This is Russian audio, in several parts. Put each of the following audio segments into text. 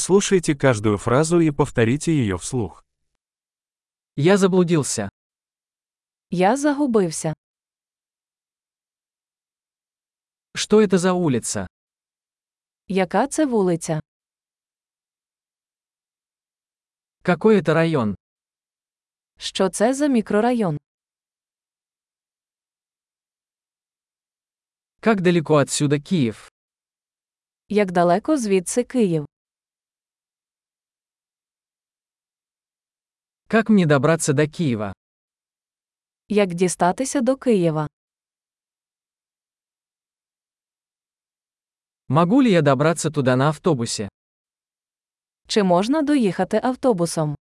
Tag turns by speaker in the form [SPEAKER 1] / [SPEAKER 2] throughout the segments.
[SPEAKER 1] Прослушайте каждую фразу и повторите ее вслух.
[SPEAKER 2] Я заблудился.
[SPEAKER 3] Я загубився.
[SPEAKER 2] Что это за улица?
[SPEAKER 3] Яка це вулиця?
[SPEAKER 2] Какой это район?
[SPEAKER 3] Що це за мікрорайон?
[SPEAKER 2] Как далеко отсюда Киев?
[SPEAKER 3] Як далеко звідси Київ?
[SPEAKER 2] Как мне добраться до Киева?
[SPEAKER 3] Як дістатися до Києва?
[SPEAKER 2] Могу ли я добраться туда на автобусе?
[SPEAKER 3] Чи можна доїхати автобусом?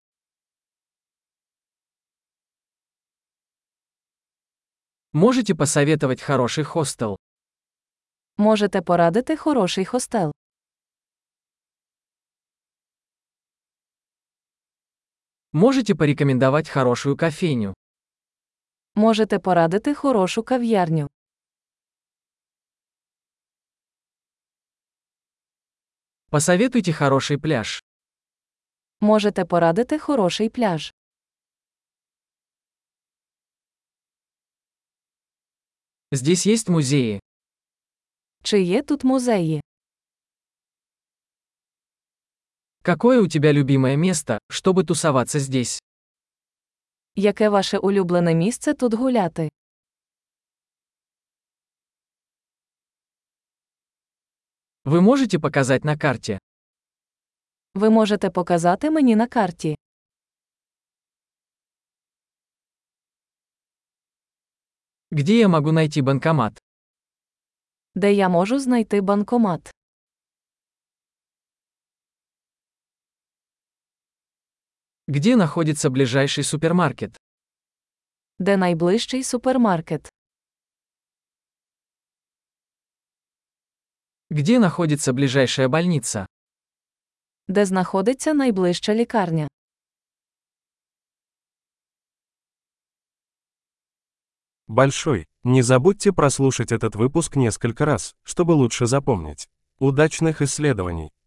[SPEAKER 2] Можете посоветовать хороший хостел?
[SPEAKER 3] Можете порадити хороший хостел.
[SPEAKER 2] Можете порекомендовать хорошую кофейню?
[SPEAKER 3] Можете порадити хорошу кав'ярню.
[SPEAKER 2] Посоветуйте хороший пляж.
[SPEAKER 3] Можете порадити хороший пляж.
[SPEAKER 2] Здесь есть музеи.
[SPEAKER 3] Чи є тут музеї?
[SPEAKER 2] Какое у тебя любимое место, чтобы тусоваться здесь?
[SPEAKER 3] Яке ваше улюблене місце тут гуляти?
[SPEAKER 2] Вы можете показать на карте?
[SPEAKER 3] Ви можете показати мені на карті.
[SPEAKER 2] Где я могу найти банкомат?
[SPEAKER 3] Де я можу знайти банкомат?
[SPEAKER 2] Где находится ближайший супермаркет?
[SPEAKER 3] Де найближчий супермаркет?
[SPEAKER 2] Где находится ближайшая больница?
[SPEAKER 3] Де знаходиться найближча лікарня?
[SPEAKER 1] Большой. Не забудьте прослушать этот выпуск несколько раз, чтобы лучше запомнить. Удачных исследований!